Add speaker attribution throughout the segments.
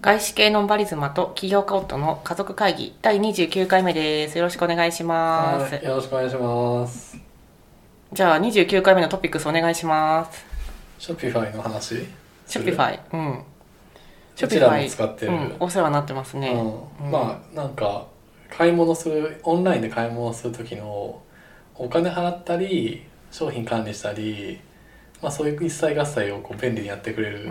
Speaker 1: 外資系ノンバリズマと起業家夫の家族会議第29回目ですよろしくお願いしま
Speaker 2: は
Speaker 1: す
Speaker 2: い、よろしくお願いします。
Speaker 1: じゃあ29回目のトピックスお願いします
Speaker 2: ショピファイの話
Speaker 1: ショピフ
Speaker 2: イ。
Speaker 1: ァイうん
Speaker 2: うちらも使ってる。
Speaker 1: うん、お世話になってますね、
Speaker 2: うんまあ、なんか、買い物する、オンラインで買い物する時の、お金払ったり、商品管理したり、まあそういう一切合切をこう便利にやってくれる。
Speaker 1: うん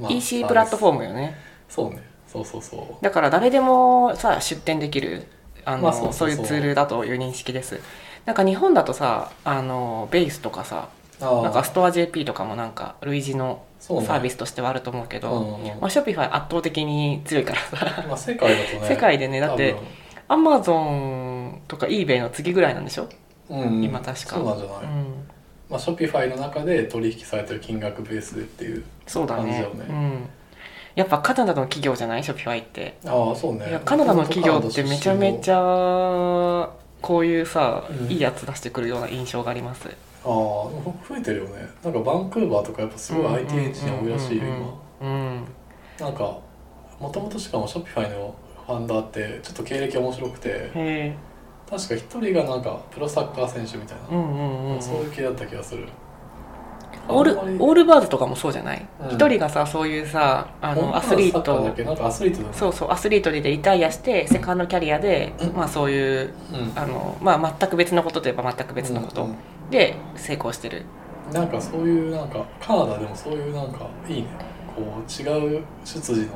Speaker 2: まあ
Speaker 1: EC プラットフォームよね
Speaker 2: そうね。そうそうそ
Speaker 1: だから誰でもさ出店できるあの、
Speaker 2: まあ
Speaker 1: そ
Speaker 2: そううそ
Speaker 1: いう
Speaker 2: うそう
Speaker 1: ツールだという認識ですなんか日本だとさあのベースとかさ
Speaker 2: う。あ
Speaker 1: なんかストア JP とかもなんか類似のサ
Speaker 2: そうね
Speaker 1: ービスとしてはあると思うけど
Speaker 2: うんうん
Speaker 1: まあ、ショピファイ圧倒的に強いからさ
Speaker 2: まあ世界だと ね。
Speaker 1: 世界でねだって
Speaker 2: 多分
Speaker 1: アマゾンとか eBay の次ぐらいなんでしょ、
Speaker 2: うん、
Speaker 1: 今確か
Speaker 2: そうなんじゃない、
Speaker 1: うん、
Speaker 2: まあ、ショピファイの中で取引されてる金額ベースでっていう
Speaker 1: そうだ
Speaker 2: 感じだ
Speaker 1: ね
Speaker 2: よね
Speaker 1: うん、やっぱカナダの企業じゃないショピファイって、
Speaker 2: ああそうね
Speaker 1: いやカナダの企業ってめちゃめち
Speaker 2: ゃ
Speaker 1: ゃこういうさ、
Speaker 2: うん
Speaker 1: いいやつ出してくるような印象があります
Speaker 2: ああ増えてるよねなんかバンクーバーとかやっぱすごい IT エンジニア多いらしいよ
Speaker 1: うん
Speaker 2: 今
Speaker 1: うん
Speaker 2: なんかもともとしかもショピファイのファンダーってちょっと経歴面白くて
Speaker 1: うんへえ
Speaker 2: 確か一人がなんかプロサッカー選手みたい
Speaker 1: うんうんうんう
Speaker 2: な、
Speaker 1: ん
Speaker 2: そういう系だった気がする
Speaker 1: オール
Speaker 2: あんまり
Speaker 1: オールバーズとかもそうじゃない
Speaker 2: うん
Speaker 1: 一、人がさそういうさあ
Speaker 2: 本当
Speaker 1: の
Speaker 2: は
Speaker 1: アスリ
Speaker 2: サ
Speaker 1: ー
Speaker 2: ッカだっ
Speaker 1: ト
Speaker 2: けなんかアスリートだね
Speaker 1: そうそうアスリートでリタイアしてセカンドキャリアで、
Speaker 2: うん
Speaker 1: まあそういう
Speaker 2: うん
Speaker 1: あの、まあ、全く別のことといえば全く別のこと、
Speaker 2: うん
Speaker 1: で成功してる
Speaker 2: うんなんかそういうなんかカナダでもそういうなんかいいねこう違う出自の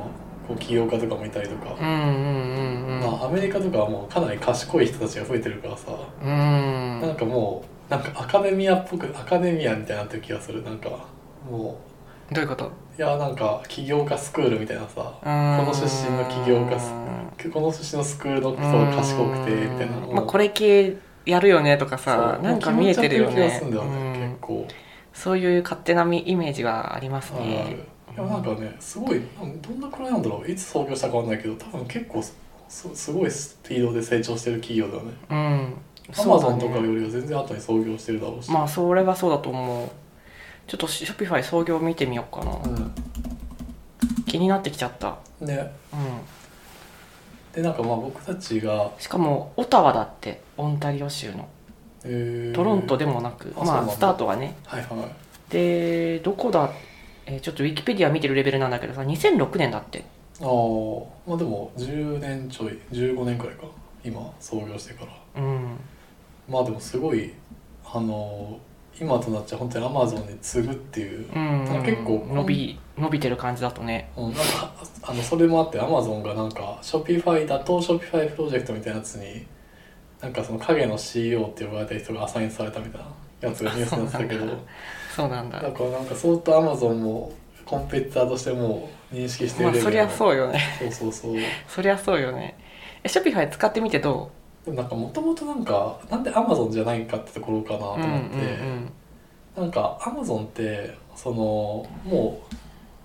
Speaker 2: こう起業家とかもいたりとか、
Speaker 1: うんうんうんうん、
Speaker 2: まあ、アメリカとかはもうかなり賢い人たちが増えてるからさ、
Speaker 1: うん
Speaker 2: なんかもうなんかアカデミアっぽくアカデミアみたいになってる気がするなんかも
Speaker 1: どういうこと
Speaker 2: ういやなんか起業家スクールみたいなさ
Speaker 1: この
Speaker 2: の出身の起業家っすこの出身のスクールの人が賢くてみたいな
Speaker 1: まあ、これ系やるよねとかさ
Speaker 2: そう
Speaker 1: なんか見えてるよ
Speaker 2: もう決まっちゃ
Speaker 1: ね
Speaker 2: ってる気がするんだよね、
Speaker 1: うん
Speaker 2: 結構
Speaker 1: そういう勝手なみイメージはあります
Speaker 2: あるあ
Speaker 1: ね
Speaker 2: るでもなんかねすごいなんどんなくらいなんだろういつ創業したかわかんないけど多分結構すすごいスピードで成長してる企業だよね
Speaker 1: うん
Speaker 2: ア
Speaker 1: そ
Speaker 2: マ
Speaker 1: うだ
Speaker 2: ゾン
Speaker 1: ね
Speaker 2: とかよりは全然後に創業してるだろうし
Speaker 1: まあそれはそうだと思うちょっとショピファイ創業見てみようかな、気になってきちゃった
Speaker 2: うんね
Speaker 1: うん
Speaker 2: でなんかまあ僕たちが、
Speaker 1: しかもオタワだってオンタリオ州の
Speaker 2: えー
Speaker 1: トロントでもなく、
Speaker 2: あそう
Speaker 1: ま
Speaker 2: なん
Speaker 1: あ
Speaker 2: だ
Speaker 1: スタートはね
Speaker 2: はいはい
Speaker 1: でどこだ、えーちょっとウィキペディア見てるレベルなんだけどさ2006年だって
Speaker 2: ああまあでも10年ちょい15年くらいか今創業してから
Speaker 1: うん
Speaker 2: まあでもすごいあのー今となっちゃ本当にアマゾンに次ぐっていう、
Speaker 1: うん
Speaker 2: なんか結構
Speaker 1: 伸び伸びてる感じだとね
Speaker 2: うん、なんかあのそれもあってアマゾンがなんかショピファイ打倒ショピファイプロジェクトみたいなやつになんかその影の CEO って呼ばれた人がアサインされたみたいなやつがニュースになっ てたけど
Speaker 1: あそうなんだ
Speaker 2: だからなんか相当アマゾンもコンペティターとしてもう認識して
Speaker 1: ま
Speaker 2: る
Speaker 1: あそり
Speaker 2: の
Speaker 1: ゃそうよね
Speaker 2: そうそうそうで
Speaker 1: そりゃそうよねえショピファイ使ってみてど
Speaker 2: もなんかもともとなんかなんでアマゾンじゃないかってところかなと
Speaker 1: う
Speaker 2: 思
Speaker 1: う
Speaker 2: っ
Speaker 1: ん
Speaker 2: て、
Speaker 1: うんうん
Speaker 2: なんかアマゾンってそのもう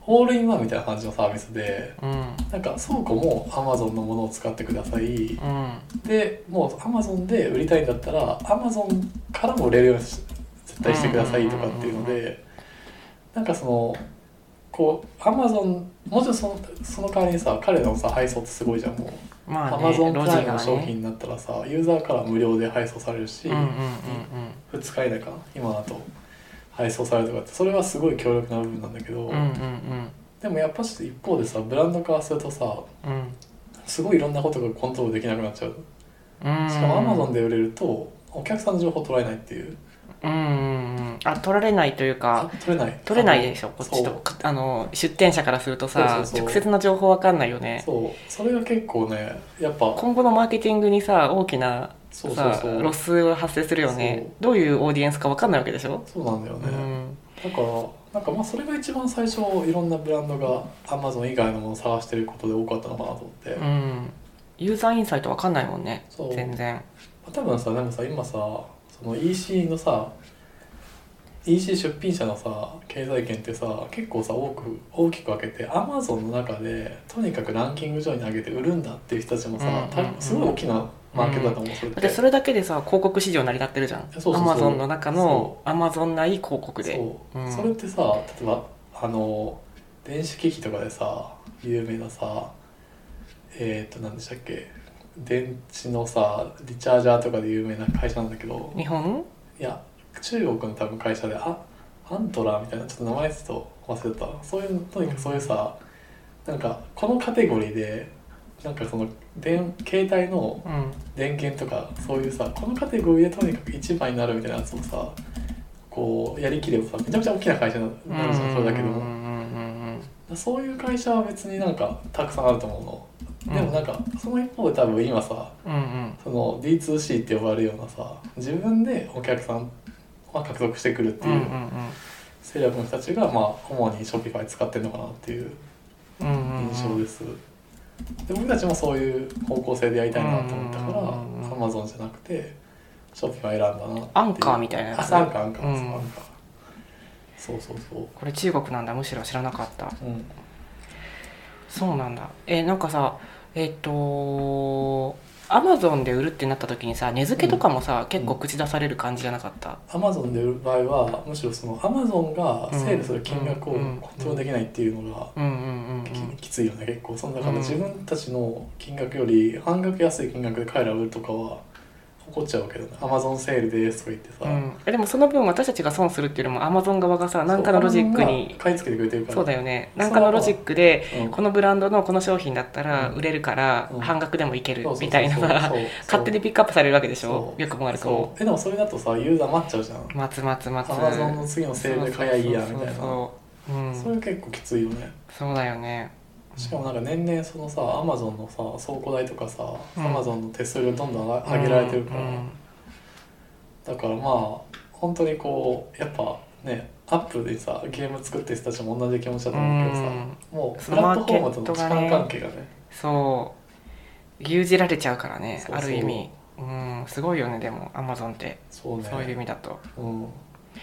Speaker 2: オールインワンみたいな感じのサービスで
Speaker 1: うん
Speaker 2: なんか倉庫もアマゾンのものを使ってください
Speaker 1: うん
Speaker 2: でもうアマゾンで売りたいんだったらアマゾンからも売れるようにし絶対してくださいとかっていうの
Speaker 1: うんう
Speaker 2: でなんかそのこうアマゾンもちろんそのその代わりにさ彼らのさ配送ってすごいじゃんもう
Speaker 1: ま
Speaker 2: ア
Speaker 1: あ
Speaker 2: マ
Speaker 1: ね
Speaker 2: ゾンプ
Speaker 1: ロ
Speaker 2: ラ
Speaker 1: ジ
Speaker 2: イム
Speaker 1: が
Speaker 2: の商品
Speaker 1: ね
Speaker 2: になったらさユーザーから無料で配送されるし、
Speaker 1: うんうんうん
Speaker 2: 2日以内かな今だと配送されるとかってそれはすごい強力な部分なんだけど、
Speaker 1: うんうんうん
Speaker 2: でもやっぱし一方でさブランド化するとさ
Speaker 1: うん
Speaker 2: すごいいろんなことがコントロールできなくなっちゃう
Speaker 1: うん
Speaker 2: しかもアマゾンで売れるとお客さんの情報取られないっていう
Speaker 1: うんうんうんあ取られないという
Speaker 2: あ
Speaker 1: か
Speaker 2: 取れない
Speaker 1: 取れないでしょこっち
Speaker 2: そ
Speaker 1: と
Speaker 2: う
Speaker 1: かあの出店者からするとさ
Speaker 2: そうそうそう
Speaker 1: 直接の情報わかんないよね
Speaker 2: そうそれが結構ねやっぱ
Speaker 1: 今後のマーケティングにさ大きな
Speaker 2: そうそう
Speaker 1: さ
Speaker 2: そう
Speaker 1: ロスが発生するよね
Speaker 2: そう
Speaker 1: どういうオーディエンスかわかんないわけでしょ、
Speaker 2: そうなんだよ
Speaker 1: う
Speaker 2: ね、
Speaker 1: ん、
Speaker 2: だからなんかまあそれが一番最初いろんなブランドがアマゾン以外のものを探してることで多かったのかなと思って、
Speaker 1: うん、ユーザーインサイトわかんないもんね
Speaker 2: そう
Speaker 1: 全然
Speaker 2: 多分さなんかさ今さその EC のさ EC 出品者のさ経済圏ってさ結構さ多く大きく分けてアマゾンの中でとにかくランキング上に上げて売るんだっていう人たちもさ、
Speaker 1: うんうんうん
Speaker 2: 多分すごい大きなマーケットだと思う、それっ
Speaker 1: だっててそれだけでさ広告市場成り立ってるじゃん
Speaker 2: そうそうそう
Speaker 1: アマゾンの中のアマゾン内広告で
Speaker 2: そう、
Speaker 1: うん
Speaker 2: それってさ例えばあの電子機器とかでさ有名なさえっ、ー、と何でしたっけ電池のさリチャージャーとかで有名な会社なんだけど
Speaker 1: 日本
Speaker 2: いや中国の多分会社であアントラーみたいなちょっと名前ちょっと忘れたそういうとにかくそういうさなんかこのカテゴリーでなんかその電携帯の
Speaker 1: うん
Speaker 2: 電源とかそういうさこのカテゴリーでとにかく一番になるみたいなやつをさこうやりきればさめちゃめちゃ大きな会社になるじゃんそれだけで
Speaker 1: うんう
Speaker 2: も
Speaker 1: んうん
Speaker 2: そういう会社は別になんかたくさんあると思うので
Speaker 1: う
Speaker 2: も
Speaker 1: ん
Speaker 2: なんかその一方で多分今さ
Speaker 1: うんうんうん
Speaker 2: その D2C って呼ばれるようなさ自分でお客さんは獲得してくるって
Speaker 1: うんう
Speaker 2: い
Speaker 1: ん
Speaker 2: う勢力の人たちがまあ主に Shopify 使ってるのかなっていう
Speaker 1: うんうんうん
Speaker 2: 印象です、で僕たちもそういう方向性でやりたいなと思ったから、
Speaker 1: うんうんうん
Speaker 2: Amazon じゃなくて Shopify 選んだなっていう
Speaker 1: アンカーみたいなやつ
Speaker 2: あアンカーアンカー、
Speaker 1: うん
Speaker 2: そうアンカーそうそうそう
Speaker 1: これ中国なんだむしろ知らなかった
Speaker 2: うん
Speaker 1: そうなんだえなんかさえっ、とアマゾンで売るってなった時にさ値付けとかもさ、結構口出される感じじゃなかった、
Speaker 2: Amazon で売る場合はむしろその Amazon がセールする金額をコントロールできないっていうのが
Speaker 1: うん、うんうん
Speaker 2: ききついよね結構その中
Speaker 1: うん
Speaker 2: で自分たちの金額より半額安い金額で彼ら売るとかは怒っちゃうけどね Amazon セールですとか言ってさ、
Speaker 1: うん、うん、えでもその分私たちが損するっていうよりもアマゾン側がさ何かのロジック
Speaker 2: そう Amazon
Speaker 1: に
Speaker 2: が買い付けてくれてるから
Speaker 1: そうだ
Speaker 2: よ、
Speaker 1: よね何かのロジックで
Speaker 2: うん
Speaker 1: このブランドのこの商品だったら
Speaker 2: うん
Speaker 1: 売れるから
Speaker 2: うん
Speaker 1: 半額でもいける
Speaker 2: そうそうそうそう
Speaker 1: みたいなさ
Speaker 2: そうそう
Speaker 1: 勝手にピックアップされるわけでしょ
Speaker 2: そう
Speaker 1: よくも悪く
Speaker 2: そ
Speaker 1: も
Speaker 2: うえでもそれだとさユーザー待っちゃうじゃん
Speaker 1: 待つ待つ待つ
Speaker 2: Amazon の次のセールで買えばいいやみた
Speaker 1: そう
Speaker 2: いなそ
Speaker 1: そうそうそううん
Speaker 2: れ結構きついよね
Speaker 1: そうだよね
Speaker 2: しかもなんか年々そのさ Amazon のさ倉庫代とかさ、
Speaker 1: うん
Speaker 2: Amazon の手数料どんどん上が上げられてるから、
Speaker 1: うん
Speaker 2: だからまあ本当にこうやっぱねアップルでさゲーム作ってる人たちも同じ気持ちだと思うけどさ、
Speaker 1: うん
Speaker 2: もう
Speaker 1: そ
Speaker 2: プ
Speaker 1: の
Speaker 2: ラ
Speaker 1: マ
Speaker 2: ッ
Speaker 1: ー
Speaker 2: ト
Speaker 1: ケッ
Speaker 2: フォー
Speaker 1: ト
Speaker 2: ム
Speaker 1: がね
Speaker 2: との力関係がね
Speaker 1: そう牛耳られちゃうからね
Speaker 2: そうそう
Speaker 1: ある意味うんすごいよねでもアマゾンって
Speaker 2: そうね
Speaker 1: そういう意味だと
Speaker 2: うん、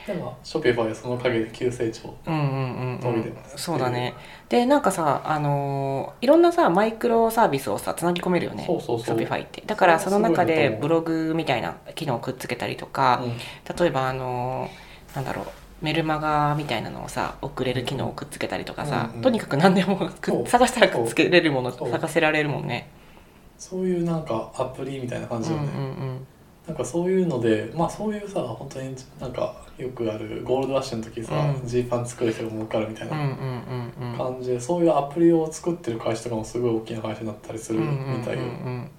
Speaker 2: でまあショピファイはその陰で急成長
Speaker 1: うんうんうんうん
Speaker 2: 伸びてます
Speaker 1: そうだねでなんかさあのーいろんなさマイクロサービスをさつなぎ込めるよね
Speaker 2: そうそうそう
Speaker 1: Shopify ってだからその中
Speaker 2: それはすごい
Speaker 1: で
Speaker 2: と
Speaker 1: ブログみたいな機能をくっつけたりとか、例えばあのーなんだろうメルマガみたいなのをさ送れる機能をくっつけたりとかさ、
Speaker 2: うんうん
Speaker 1: とにかく何でもくっ
Speaker 2: そう
Speaker 1: 探したらくっつけれるもの
Speaker 2: そう
Speaker 1: 探せられるもんね
Speaker 2: そういうなんかアプリみたいな感
Speaker 1: う
Speaker 2: じよ
Speaker 1: ん
Speaker 2: ね、
Speaker 1: うん
Speaker 2: なんかそういうのでまあそういうさ本当になんかよくあるゴールドラッシュの時さ
Speaker 1: うん
Speaker 2: ジー、パン作る人が儲かるみたい
Speaker 1: うんうんう
Speaker 2: なん
Speaker 1: うんうん
Speaker 2: 感じで、そういうアプリを作ってる会社とかもすごい大きな会社になったりする
Speaker 1: うんうん
Speaker 2: みたいよ、
Speaker 1: うんうん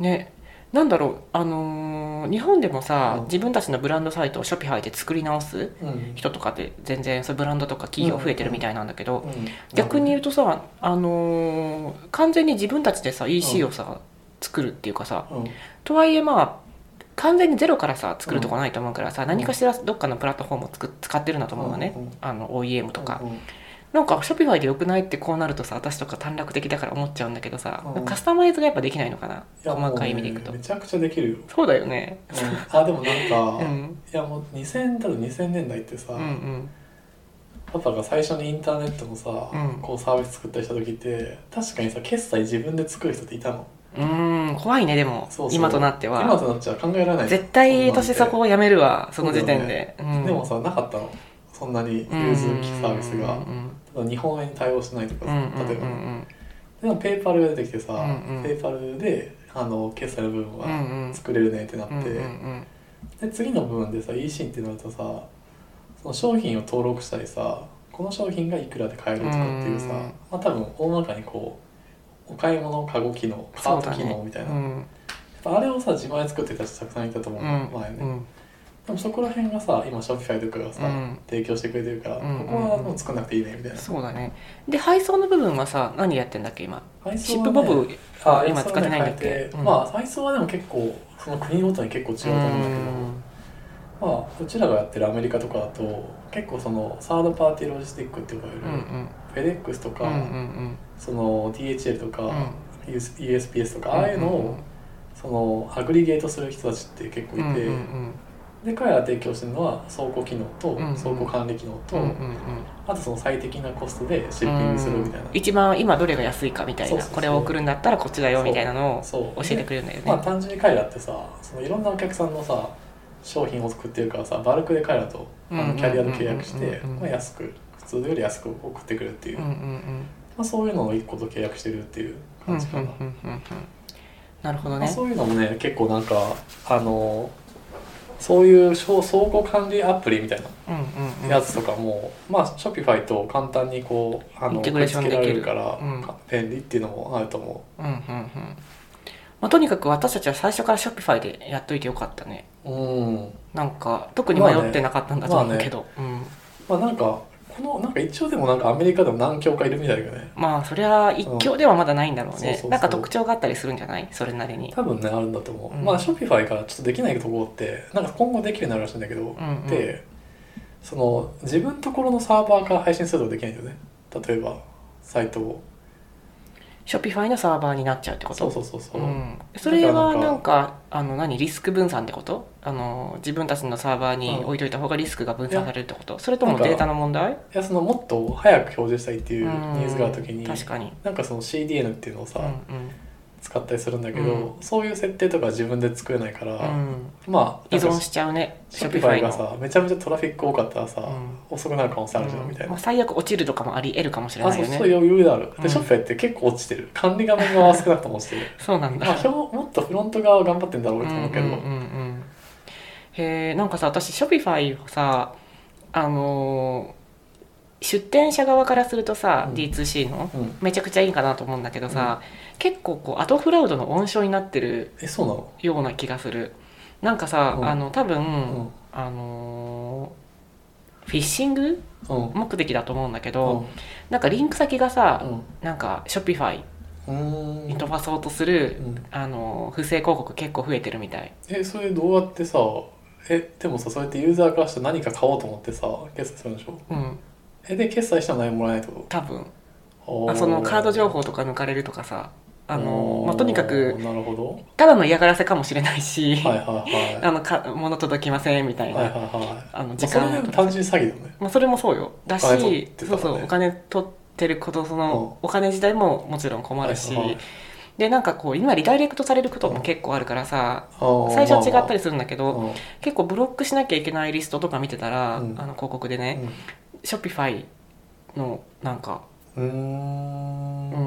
Speaker 1: ねなんだろうあのー日本でもさ、
Speaker 2: うん
Speaker 1: 自分たちのブランドサイトを Shopify で作り直す
Speaker 2: うん
Speaker 1: 人とかって全然そういうブランドとか企業増えてるみたいなんだけど、
Speaker 2: うん
Speaker 1: 逆に言うとさあのー完全に自分たちでさ EC をさ、作るっていうかさ
Speaker 2: うん
Speaker 1: とはいえまあ完全にゼロからさ作るとこないと思うからさ、何かしらどっかのプラットフォームをつく使ってるんだと思うのね、
Speaker 2: うんうん
Speaker 1: あの OEM とか、
Speaker 2: うんうん
Speaker 1: なんか Shopify でよくないってこうなるとさ私とか短絡的だから思っちゃうんだけどさ、
Speaker 2: うん
Speaker 1: カスタマイズがやっぱできないのかな
Speaker 2: や
Speaker 1: 細かい意味でいくと、
Speaker 2: もうねめちゃくちゃできるよ、
Speaker 1: そうだよね
Speaker 2: うんあでもなんか、
Speaker 1: う
Speaker 2: い
Speaker 1: ん
Speaker 2: やもう2000多分2000年代ってさ、
Speaker 1: うんうん
Speaker 2: パパが最初にインターネットのさ、
Speaker 1: うん
Speaker 2: こうサービス作ったりした時って確かにさ決済自分で作る人っていたの
Speaker 1: うーん怖いねでも
Speaker 2: そうそう
Speaker 1: 今となって
Speaker 2: 今
Speaker 1: は
Speaker 2: となっちゃ考えられない
Speaker 1: 絶対年そこ
Speaker 2: ん
Speaker 1: をやめるわそ
Speaker 2: んな
Speaker 1: の
Speaker 2: んて
Speaker 1: 時点で、
Speaker 2: そうだよね
Speaker 1: うん
Speaker 2: でもさなかったのそんなに融通機サービスがただ日本円に対応しないとか
Speaker 1: う
Speaker 2: さ
Speaker 1: んうんうん
Speaker 2: 例えば
Speaker 1: う
Speaker 2: ね
Speaker 1: ん
Speaker 2: でもペイパルが出てきてさ
Speaker 1: うんうん
Speaker 2: ペイパルであの決済の部分
Speaker 1: うんうん
Speaker 2: は
Speaker 1: うん
Speaker 2: 作れるねってなって
Speaker 1: うんうん
Speaker 2: で次の部分でさ EC ってなるとさその商品を登録したりさこの商品がいくらで買えるとかっていうさ
Speaker 1: うん
Speaker 2: まあ多分大まかにこうお買い物かご機能カ
Speaker 1: そ
Speaker 2: ー
Speaker 1: う
Speaker 2: ト
Speaker 1: だ
Speaker 2: 機能
Speaker 1: ね
Speaker 2: みたいな、
Speaker 1: う
Speaker 2: やっ
Speaker 1: ん
Speaker 2: ぱあれをさ自前で作ってた人たくさんいたと思う、
Speaker 1: う
Speaker 2: の
Speaker 1: ん
Speaker 2: 前ね、
Speaker 1: うん
Speaker 2: でもそこら辺がさ今 Shopify とかがさ、
Speaker 1: うん
Speaker 2: 提供してくれてるか
Speaker 1: う
Speaker 2: ら、
Speaker 1: んうんうん
Speaker 2: ここはもう作んなくていいねみたいな、
Speaker 1: そうだねで配送の部分はさ何やってんだっけ今
Speaker 2: 配送
Speaker 1: シッ
Speaker 2: は
Speaker 1: プ
Speaker 2: ね
Speaker 1: ボブ
Speaker 2: あ
Speaker 1: 今使ってないんだっけ
Speaker 2: 配送はね変えて
Speaker 1: うん
Speaker 2: まあ配送はでも結構その国ごとに結構違うと思うんだけど、まあ、うちらがやってるアメリカとかだと結構そのサードパーティーロジスティックって呼ばれる、
Speaker 1: うんうん
Speaker 2: フェデックスと
Speaker 1: う
Speaker 2: か、
Speaker 1: んうん
Speaker 2: その DHL とか、
Speaker 1: うん
Speaker 2: US USPS と
Speaker 1: うん
Speaker 2: かああいうのをそのアグリゲートする人たちって結構いて、
Speaker 1: うんうんうん
Speaker 2: で彼らが提供してるのは倉庫機能と
Speaker 1: んうん
Speaker 2: 倉庫管理機能と、
Speaker 1: うんうんうん
Speaker 2: あとその最適なコストでシッピングするみたいな、
Speaker 1: 一番今どれが安いかみたい
Speaker 2: そう
Speaker 1: な
Speaker 2: そう
Speaker 1: こ
Speaker 2: そう
Speaker 1: れを送るんだったらこっちだよみたいなのを
Speaker 2: そ
Speaker 1: 教
Speaker 2: う
Speaker 1: えてくれるんだよ
Speaker 2: まあ
Speaker 1: ね
Speaker 2: 単純に彼らってさそのいろんなお客さんのさ商品を作ってるからさバルクで彼らとあ
Speaker 1: うんうんうんう
Speaker 2: の
Speaker 1: ん
Speaker 2: キャリアで契約し
Speaker 1: うん
Speaker 2: て
Speaker 1: うんうん
Speaker 2: まあ安く普通より安く送ってくるっていうう、
Speaker 1: んうん
Speaker 2: まあ、そういうのの1個と契約してるっていう
Speaker 1: うんう
Speaker 2: 感
Speaker 1: ん
Speaker 2: じか
Speaker 1: う
Speaker 2: な、
Speaker 1: んうんうんなるほど
Speaker 2: まあ、
Speaker 1: ね
Speaker 2: そういうのもね結構なんかあのそういう商倉庫管理アプリみたい
Speaker 1: うんうんうん
Speaker 2: なやつとかも、まあ Shopify と簡単にこうあ
Speaker 1: イン
Speaker 2: の
Speaker 1: テグレーションできる
Speaker 2: くっつけられるから、
Speaker 1: うん
Speaker 2: 便利っていうのもあると思
Speaker 1: うんうんうんまあとにかく私たちは最初から Shopify でやっといてよかったね
Speaker 2: ううん
Speaker 1: なんか特に迷ってなかったんだと思うけど、うん
Speaker 2: まあなんかこのなんか一応でもなんかアメリカでも何教かいるみたいだよね
Speaker 1: まあそりゃ一強ではまだないんだろう
Speaker 2: そうそう
Speaker 1: ね
Speaker 2: そう
Speaker 1: なんか特徴があったりするんじゃないそれなりに
Speaker 2: 多分ねあるんだと思う、
Speaker 1: うん
Speaker 2: まあ Shopify がちょっとできないところってなんか今後できるようになるらしいんだけど、
Speaker 1: んうん
Speaker 2: でその自分のところのサーバーから配信するとできないんだよね例えばサイトを
Speaker 1: Shopify のサーバーになっちゃうってこと
Speaker 2: そうそうそうそう、
Speaker 1: うん、それは
Speaker 2: だから
Speaker 1: な
Speaker 2: なんん
Speaker 1: かあの何リスク分散ってことあの自分たちのサーバーに置いといた方がリスクが分散されるってことそれとも
Speaker 2: なんか
Speaker 1: データの問題
Speaker 2: いやそのもっと早く表示したいっていうニ
Speaker 1: うん
Speaker 2: ーズがある時に
Speaker 1: 確かに、
Speaker 2: なんかその CDN っていうのをさ、
Speaker 1: うん
Speaker 2: 使ったりするんだけど、
Speaker 1: う
Speaker 2: そういう設定とか自分で作れないから、
Speaker 1: うんうん、
Speaker 2: まあ
Speaker 1: 依
Speaker 2: なんか
Speaker 1: 存しちゃうね
Speaker 2: Shopify
Speaker 1: Shopify
Speaker 2: が
Speaker 1: の、
Speaker 2: さめちゃめちゃトラフィック多かったらさ、
Speaker 1: う
Speaker 2: 遅くなる可能性あるじゃんみたい
Speaker 1: うんま
Speaker 2: な
Speaker 1: あ、、最悪落ちるとかもあり得るかもしれ
Speaker 2: あ
Speaker 1: ない
Speaker 2: そう
Speaker 1: よ
Speaker 2: そう
Speaker 1: ね
Speaker 2: いう余裕がある、
Speaker 1: うん
Speaker 2: で Shopify って結構落ちてる管理画面側は少なくとも落ちてる
Speaker 1: そうなんだ
Speaker 2: まあ、表もっとフロント側は頑張ってんだろうと思うけど、
Speaker 1: うんうんうんうんへえんかさ私 Shopify をさあのー出店者側からするとさ、
Speaker 2: うん
Speaker 1: D2C の
Speaker 2: うん
Speaker 1: めちゃくちゃいいかなと思うんだけどさ、結構こうアドフラウドの温床になってる
Speaker 2: えそうなの
Speaker 1: ような気がするなんかさ、
Speaker 2: うん
Speaker 1: あの多分、
Speaker 2: うん
Speaker 1: あのーフィッシング
Speaker 2: うん
Speaker 1: 目的だと思うんだけ
Speaker 2: う
Speaker 1: ど、
Speaker 2: ん
Speaker 1: なんかリンク先がさ、なんか Shopify
Speaker 2: うんう
Speaker 1: に
Speaker 2: ー
Speaker 1: 飛
Speaker 2: ん
Speaker 1: ばそうとする、
Speaker 2: うん
Speaker 1: あのー不正広告結構増えてるみたい
Speaker 2: えそれどうやってさえでもさそうやってユーザーからして何か買おうと思ってさ決済するんでしょ
Speaker 1: うん
Speaker 2: えで決済したら何ももらえないってこ
Speaker 1: 多分
Speaker 2: と
Speaker 1: あそのカード情
Speaker 2: 報
Speaker 1: 報とか抜かれるとかさあの、まあ、とにかく
Speaker 2: なるほ
Speaker 1: ただの嫌がらせかもしれないし、
Speaker 2: どはいはいはい
Speaker 1: あのか物届きませんみたいな、
Speaker 2: はいはいはい
Speaker 1: あの
Speaker 2: ま
Speaker 1: 時
Speaker 2: あそれ
Speaker 1: 間
Speaker 2: で
Speaker 1: と
Speaker 2: も
Speaker 1: か
Speaker 2: 単純に詐欺だよね
Speaker 1: まあ、それもそうよだし、
Speaker 2: お金取ってた
Speaker 1: そ
Speaker 2: ら
Speaker 1: う
Speaker 2: ね
Speaker 1: そうお金取ってることその、お金自体ももちろん困るし、
Speaker 2: はいはいはい
Speaker 1: でなんかこう今リダイレクトされることも結構あるからさ、
Speaker 2: あー
Speaker 1: 最初は違ったり
Speaker 2: ます
Speaker 1: るんだけ
Speaker 2: あ
Speaker 1: ど、
Speaker 2: まあ
Speaker 1: 結構ブロックしなきゃいけないリストとか見てたら、
Speaker 2: うん
Speaker 1: あの広告でね、Shopify のなんか、
Speaker 2: うんうん
Speaker 1: う
Speaker 2: うーん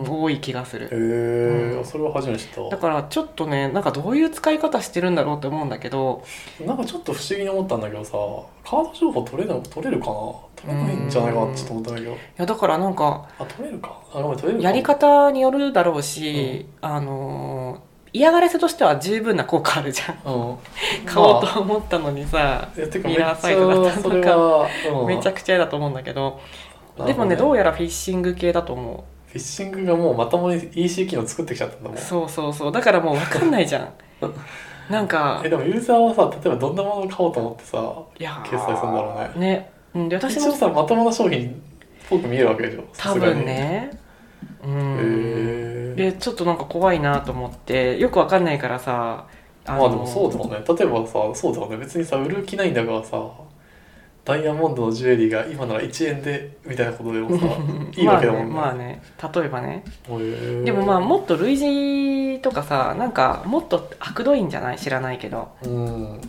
Speaker 1: ん、多い気がする
Speaker 2: へえ、
Speaker 1: うん
Speaker 2: それは初めて知った
Speaker 1: だからちょっとねなんかどういう使い方してるんだろうって思うんだけど
Speaker 2: なんかちょっと不思議に思ったんだけどさカード情報取れな取れるかな取れないんじゃないかなってちょっと思ったんだけど
Speaker 1: いやだからなんか
Speaker 2: あ取れるかあごめん取れるか
Speaker 1: やり方によるだろうし、あのー嫌がらせとしては十分な効果あるじゃん
Speaker 2: うん
Speaker 1: 買おうと思ったのにさ、
Speaker 2: えてかめ
Speaker 1: ミ
Speaker 2: っち
Speaker 1: ラ
Speaker 2: ゃ
Speaker 1: ーサイトだったのか
Speaker 2: それは、うん
Speaker 1: めちゃくちゃ嫌だと思うんだけど
Speaker 2: なる
Speaker 1: で
Speaker 2: ほ
Speaker 1: もねどう
Speaker 2: や
Speaker 1: やらフィッシング系だと思
Speaker 2: フィッシングがもうまともに EC 機能作ってきちゃったんだも
Speaker 1: うんそうそうそうだからもう分かんないじゃんなんか
Speaker 2: えでもユーザーはさ例えばどんなものを買おうと思ってさ
Speaker 1: いやー
Speaker 2: 決済するんだろう
Speaker 1: ね、うん、で私
Speaker 2: 一
Speaker 1: も
Speaker 2: 応さまともな商品っぽく見えるわけでしょさ
Speaker 1: 多
Speaker 2: すがに
Speaker 1: 分ねうん
Speaker 2: へえ
Speaker 1: でちょっとなんか怖いなと思ってよくわかんないからさあ
Speaker 2: まあでもそうだもんね例えばさそうだもんね別にさ売る気ないんだからさダイヤモンドのジュエリーが今なら1円でみたいなことでも さいいわけだもんね,、
Speaker 1: まあね,、まあね例えばね
Speaker 2: へえ
Speaker 1: でもまあもっと類似とかさなんかもっと悪どいんじゃない知らないけど、
Speaker 2: うん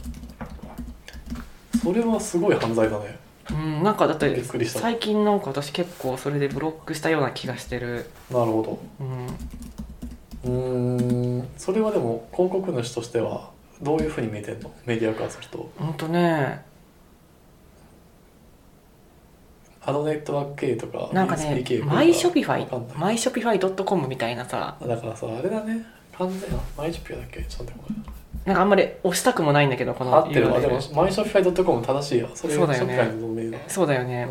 Speaker 2: それはすごい犯罪だね
Speaker 1: うん、なんかだっ
Speaker 2: び
Speaker 1: て
Speaker 2: っくりした
Speaker 1: 最近なんか私結構それでブロックしたような気がしてる、
Speaker 2: なるほ
Speaker 1: うん、
Speaker 2: どうんそれはでも広告主としてはどういうふうに見えてんのメディアからすると
Speaker 1: ほんとね
Speaker 2: アドネットワーク系とか
Speaker 1: なんかね
Speaker 2: DSP 系とか
Speaker 1: マイショピファ
Speaker 2: わかんな
Speaker 1: イ
Speaker 2: い
Speaker 1: マイショピファイ .com みたいなさ
Speaker 2: だからさあれだね完全あマイショピアだっけちょっと待ってごめん
Speaker 1: なんかあんまり押したくもないんだけどこの
Speaker 2: 合ってるわ
Speaker 1: URL
Speaker 2: でもマイショッピファイ .com 正しいよそれ
Speaker 1: そうだよね
Speaker 2: Shopify のドメインだ
Speaker 1: そうだよね、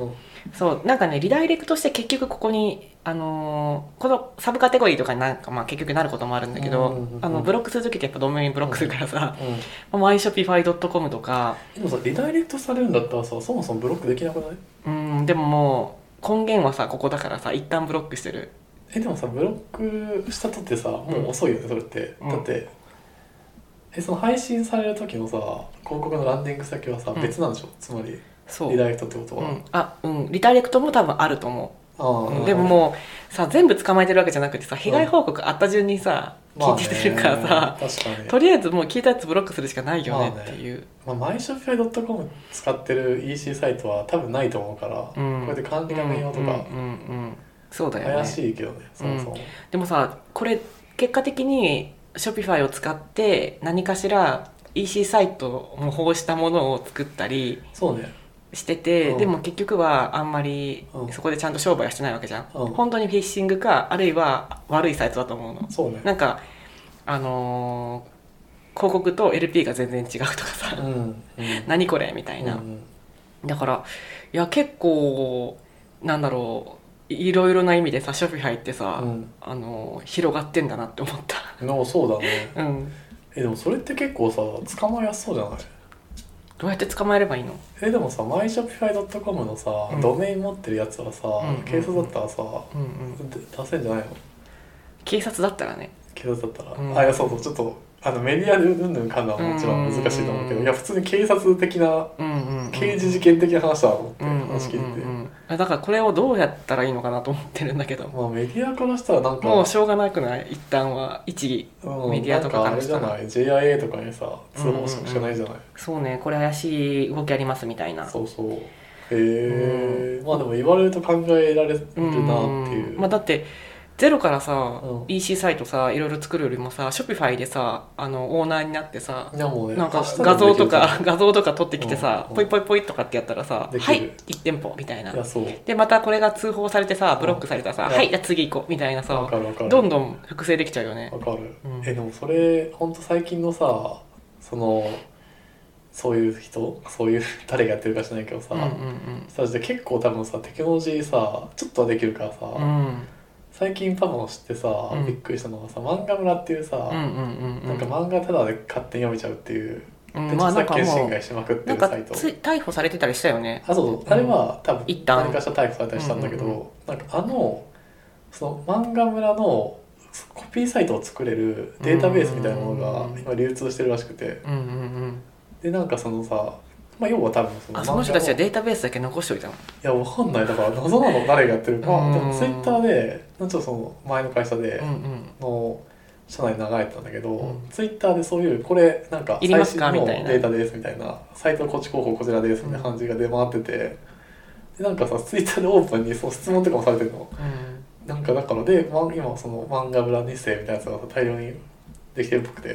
Speaker 1: そうなんかねリダイレクトして結局ここに、あのーこのサブカテゴリーとかになんか、まあ、結局なることもあるんだけど、
Speaker 2: うんうんうんうん
Speaker 1: あのブロックする時ってやっぱドメインブロックするからさ、
Speaker 2: うん
Speaker 1: マイショピファイ .com とか、
Speaker 2: でもさリダイレクトされるんだったらさそもそもブロックできなくない
Speaker 1: うん、でももう根源はさここだからさ一旦ブロックしてる
Speaker 2: えでもさブロックしたとってさもう遅いよねそれって、
Speaker 1: うん
Speaker 2: だってえその配信される時のさ広告のランディング先はさ、
Speaker 1: うん
Speaker 2: 別なんでしょつまり
Speaker 1: そう
Speaker 2: リダイレクトってこと
Speaker 1: う
Speaker 2: は、
Speaker 1: ん、あうんリダイレクトも多分あると思う、
Speaker 2: あ
Speaker 1: う
Speaker 2: あ
Speaker 1: んでももうさ全部捕まえてるわけじゃなくてさ被害報告あった順にさ、聞いてるからさ、
Speaker 2: まあね確かに
Speaker 1: とりあえずもう聞いたやつブロックするしかないよねっていう、
Speaker 2: まあ、マイショッピファイ .com 使ってる EC サイトは多分ないと思うから、
Speaker 1: うん
Speaker 2: こうやって管理画面用とか、
Speaker 1: うんうんうんうんそうだよ
Speaker 2: 怪
Speaker 1: ね
Speaker 2: しいけどねそもそも、
Speaker 1: でもさこれ結果的に Shopify を使って何かしら EC サイトを模倣したものを作ったり
Speaker 2: そうね
Speaker 1: してて、
Speaker 2: うん
Speaker 1: でも結局はあんまり
Speaker 2: うん
Speaker 1: そこでちゃんと商売はしてないわけじゃん、
Speaker 2: うん
Speaker 1: 本当にフィッシングかあるいは悪いサイトだと思うの
Speaker 2: そうね
Speaker 1: なんかあのー広告と LP が全然違うとかさ、
Speaker 2: うんうん
Speaker 1: 何これみたいな、
Speaker 2: うん
Speaker 1: だからいや結構なんだろういいろいろな意味でさ Shopify ってさ、
Speaker 2: うん
Speaker 1: あの広がってんだなって思っ
Speaker 2: のそうだね
Speaker 1: たうん
Speaker 2: えでもそれって結構さ捕まえやすそうじゃない
Speaker 1: どうやって捕まえればいいの
Speaker 2: えでもさ myshopify.com のさ、
Speaker 1: うん
Speaker 2: ドメイン持ってるやつはさ、
Speaker 1: うん
Speaker 2: 警察だったらさ、
Speaker 1: うんうん
Speaker 2: で出せんじゃないの
Speaker 1: 警察だったらね
Speaker 2: 警察だったら、
Speaker 1: うん
Speaker 2: あいやそうそうちょっとあのメディアでうんぬんかんだはもちろん難しいと思うけど、
Speaker 1: うん
Speaker 2: いや普通に警察的な
Speaker 1: うんうん、うん、
Speaker 2: 刑事事件的な話だと思って、
Speaker 1: うんうんうん
Speaker 2: 話聞いてて、
Speaker 1: うんあだからこれをどうやったらいいのかなと思ってるんだけど
Speaker 2: まあメディアからしたらなんか
Speaker 1: もうしょうがなくない一旦は一
Speaker 2: うん
Speaker 1: メディアとかからしたら
Speaker 2: なんかあれじゃない JIA とかにさ通報してくしかないじゃない、
Speaker 1: そうねこれ怪しい動きありますみたいな
Speaker 2: そうそうへえ、まあでも言われると考えられるなって
Speaker 1: うん
Speaker 2: いう、
Speaker 1: まあ、だってゼロからさ、
Speaker 2: うん
Speaker 1: EC サイトさいろいろ作るよりもさ Shopify でさあのオーナーになってさ
Speaker 2: いやもうね
Speaker 1: なん
Speaker 2: 明
Speaker 1: か
Speaker 2: 日でも
Speaker 1: 画像と
Speaker 2: でき
Speaker 1: か
Speaker 2: る
Speaker 1: 画像とか撮ってきてさ、
Speaker 2: うん
Speaker 1: ポイポイポイとかってやったらさ「
Speaker 2: でき
Speaker 1: は
Speaker 2: る
Speaker 1: い1店舗」みたいな
Speaker 2: じゃんいやそう
Speaker 1: でまたこれが通報されてさブロックされたらさ「
Speaker 2: うん
Speaker 1: はいじゃあ次行こう」みたいな
Speaker 2: わ
Speaker 1: さ
Speaker 2: かるわかる
Speaker 1: どんどん複製できちゃうよね
Speaker 2: わかる、
Speaker 1: うん
Speaker 2: えでもそれほんと最近のさそのそういう人そう いう誰がやってるか知らないけどさ、
Speaker 1: うんうん
Speaker 2: さで結構多分さテクノロジーさちょっとはできるからさ、
Speaker 1: うんうん
Speaker 2: 最近多分知ってさ、
Speaker 1: うん
Speaker 2: びっくりしたのがさ漫画村っていうさ、
Speaker 1: うんうんうんうん
Speaker 2: なんか漫画ただで勝手に読めちゃうっていう、
Speaker 1: うん
Speaker 2: で
Speaker 1: まあな
Speaker 2: 著
Speaker 1: ん
Speaker 2: 作
Speaker 1: か
Speaker 2: 権
Speaker 1: も
Speaker 2: 侵
Speaker 1: う
Speaker 2: 害しまくって
Speaker 1: なん
Speaker 2: る
Speaker 1: か
Speaker 2: サイト
Speaker 1: つい逮捕されてたりしたよね
Speaker 2: あそうそうあれは多分
Speaker 1: 一旦
Speaker 2: 何かしら逮捕されたりしたんだけど、
Speaker 1: うんうん
Speaker 2: なんかあのその漫画村のコピーサイトを作れるデータベースみたいなものが今流通してるらしくて
Speaker 1: うんうんうん
Speaker 2: でなんかそのさまあ要は多分その
Speaker 1: あその人たちは
Speaker 2: 漫画の
Speaker 1: データベースだけ残しておいたの
Speaker 2: いやわかんないだから謎なの誰がやってるか
Speaker 1: うん
Speaker 2: でもツイッターでなんかちょっとその前の会社で
Speaker 1: うんうん
Speaker 2: の社内に流れてたんだけど、
Speaker 1: うん
Speaker 2: ツイッターでそういうこれなんか
Speaker 1: いり
Speaker 2: 最
Speaker 1: ます
Speaker 2: 新
Speaker 1: か
Speaker 2: のデ
Speaker 1: みたいな
Speaker 2: ータですみたいなサイトこっち候補こちらですみたいな感じが出回ってて、でなんかさツイッターでオープンにその質問とかもされてるの
Speaker 1: うん
Speaker 2: なんかだからで、ま、今その漫画村2世みたいなやつが大量にできてるっぽくて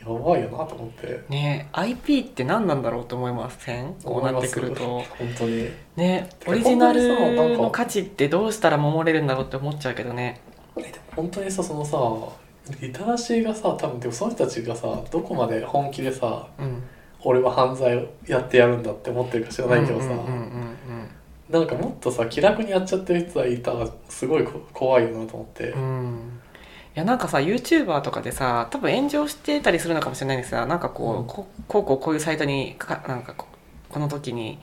Speaker 2: やばいよなと思って
Speaker 1: ねえ IP って何なんだろうと思いませんこうなってくる
Speaker 2: 思い
Speaker 1: と
Speaker 2: ます本当に
Speaker 1: ね
Speaker 2: てか
Speaker 1: オリジナル
Speaker 2: 本当にそうなんか
Speaker 1: の価値ってどうしたら守れるんだろうって思っちゃうけどね
Speaker 2: 本当にさそのさリタラシーがさ多分でもその人たちがさどこまで本気でさ
Speaker 1: うん
Speaker 2: 俺は犯罪をやってやるんだって思ってるか知らないけどさ、
Speaker 1: うんうんうんうん
Speaker 2: なんかもっとさ気楽にやっちゃってる人はいたらすごいこ怖いよなと思って、
Speaker 1: うんいやなんかさ YouTuber とかでさ多分炎上してたりするのかもしれないんですがなんかこう,、
Speaker 2: うん
Speaker 1: ここうこうこういうサイトにかなんかここの時に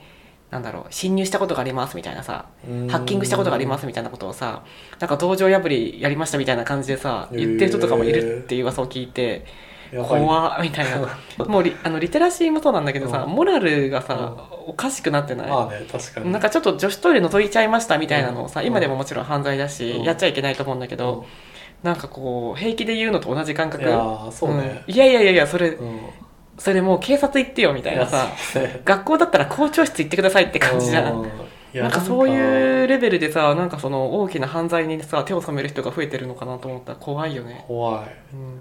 Speaker 1: なんだろう侵入したことがありますみたいなさハッキングしたことがありますすみたいなことをさなんか道場破りやりましたみたいな感じでさ
Speaker 2: へー
Speaker 1: 言ってる人とかもいるっていう噂を聞いて
Speaker 2: い
Speaker 1: 怖っみたいな もうリあのリテラシーもそうなんだけどさ
Speaker 2: うん
Speaker 1: モラルがさおかしくなってない
Speaker 2: まあね確かに
Speaker 1: なんかちょっと女子トイレ覗いちゃいましたみたいなのをさ、
Speaker 2: うん
Speaker 1: 今でももちろん犯罪だし、
Speaker 2: うん
Speaker 1: やっちゃいけないと思うんだけ
Speaker 2: う
Speaker 1: ど、なんかこう平気で言うのと同じ感
Speaker 2: ん
Speaker 1: 覚
Speaker 2: いやーそうね、
Speaker 1: うんいやいやいやいやそれ
Speaker 2: うん
Speaker 1: それもう警察行ってよみたいなさ
Speaker 2: いやそうね
Speaker 1: 学校だったら校長室行ってくださいって感じじゃん、
Speaker 2: うんいや
Speaker 1: なんかそう
Speaker 2: なんか
Speaker 1: いうレベルでさなんかその大きな犯罪にさ手を染める人が増えてるのかなと思ったら怖いよね、
Speaker 2: 怖い
Speaker 1: うん、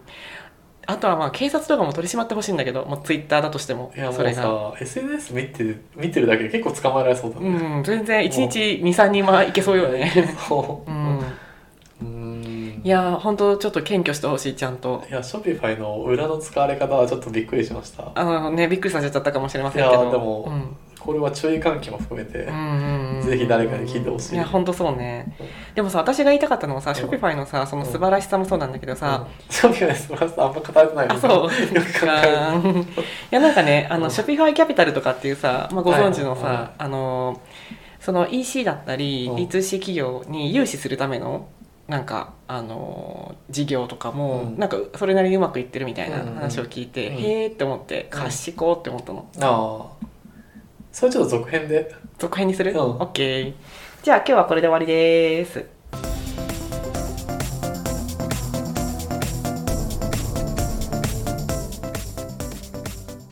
Speaker 1: あとはまあ警察とかも取り締まってほしいんだけど、まあ、ツイッターだとしても
Speaker 2: いやも
Speaker 1: それ
Speaker 2: う
Speaker 1: が。
Speaker 2: さ SNS 見てる見てるだけで結構捕まえられそうだね、
Speaker 1: うん、全然1日23人はいけそうよね、
Speaker 2: そうう、
Speaker 1: ん、
Speaker 2: うん
Speaker 1: いやー本当ちょっと謙虚してほしいちゃんと
Speaker 2: いやショピファイの裏の使われ方はちょっとびっくりしました
Speaker 1: あのねびっくりさせちゃったかもしれませんけど
Speaker 2: いやーでも
Speaker 1: うん
Speaker 2: これは注意喚起も含めて、
Speaker 1: うんうんうん
Speaker 2: ぜひ誰かに聞いてほしい
Speaker 1: いや本当そうね
Speaker 2: うん
Speaker 1: でもさ私が言いたかったのはさ
Speaker 2: ん
Speaker 1: ショピファイのさその素晴らしさもそうなんだけどさ、
Speaker 2: ショピファイの素晴らしさあんま語れてないよね
Speaker 1: あそう
Speaker 2: よく考えると
Speaker 1: うんいやなんかねあ
Speaker 2: う
Speaker 1: の
Speaker 2: ん
Speaker 1: ショピファイキャピタルとかっていうさ、まあ、ご存知のさ、
Speaker 2: はいはいはい
Speaker 1: あのその EC だったり
Speaker 2: うん
Speaker 1: D2C 企業に融資するためのなんかあの事業とかも、
Speaker 2: うん
Speaker 1: なんかそれなりにうまくいってるみたいな
Speaker 2: うんうん
Speaker 1: 話を聞いて、
Speaker 2: うん
Speaker 1: へーって思って賢って思ったの
Speaker 2: ああそれちょっと続編で
Speaker 1: 続編にする、
Speaker 2: うん
Speaker 1: オッケーじゃあ今日はこれで終わりです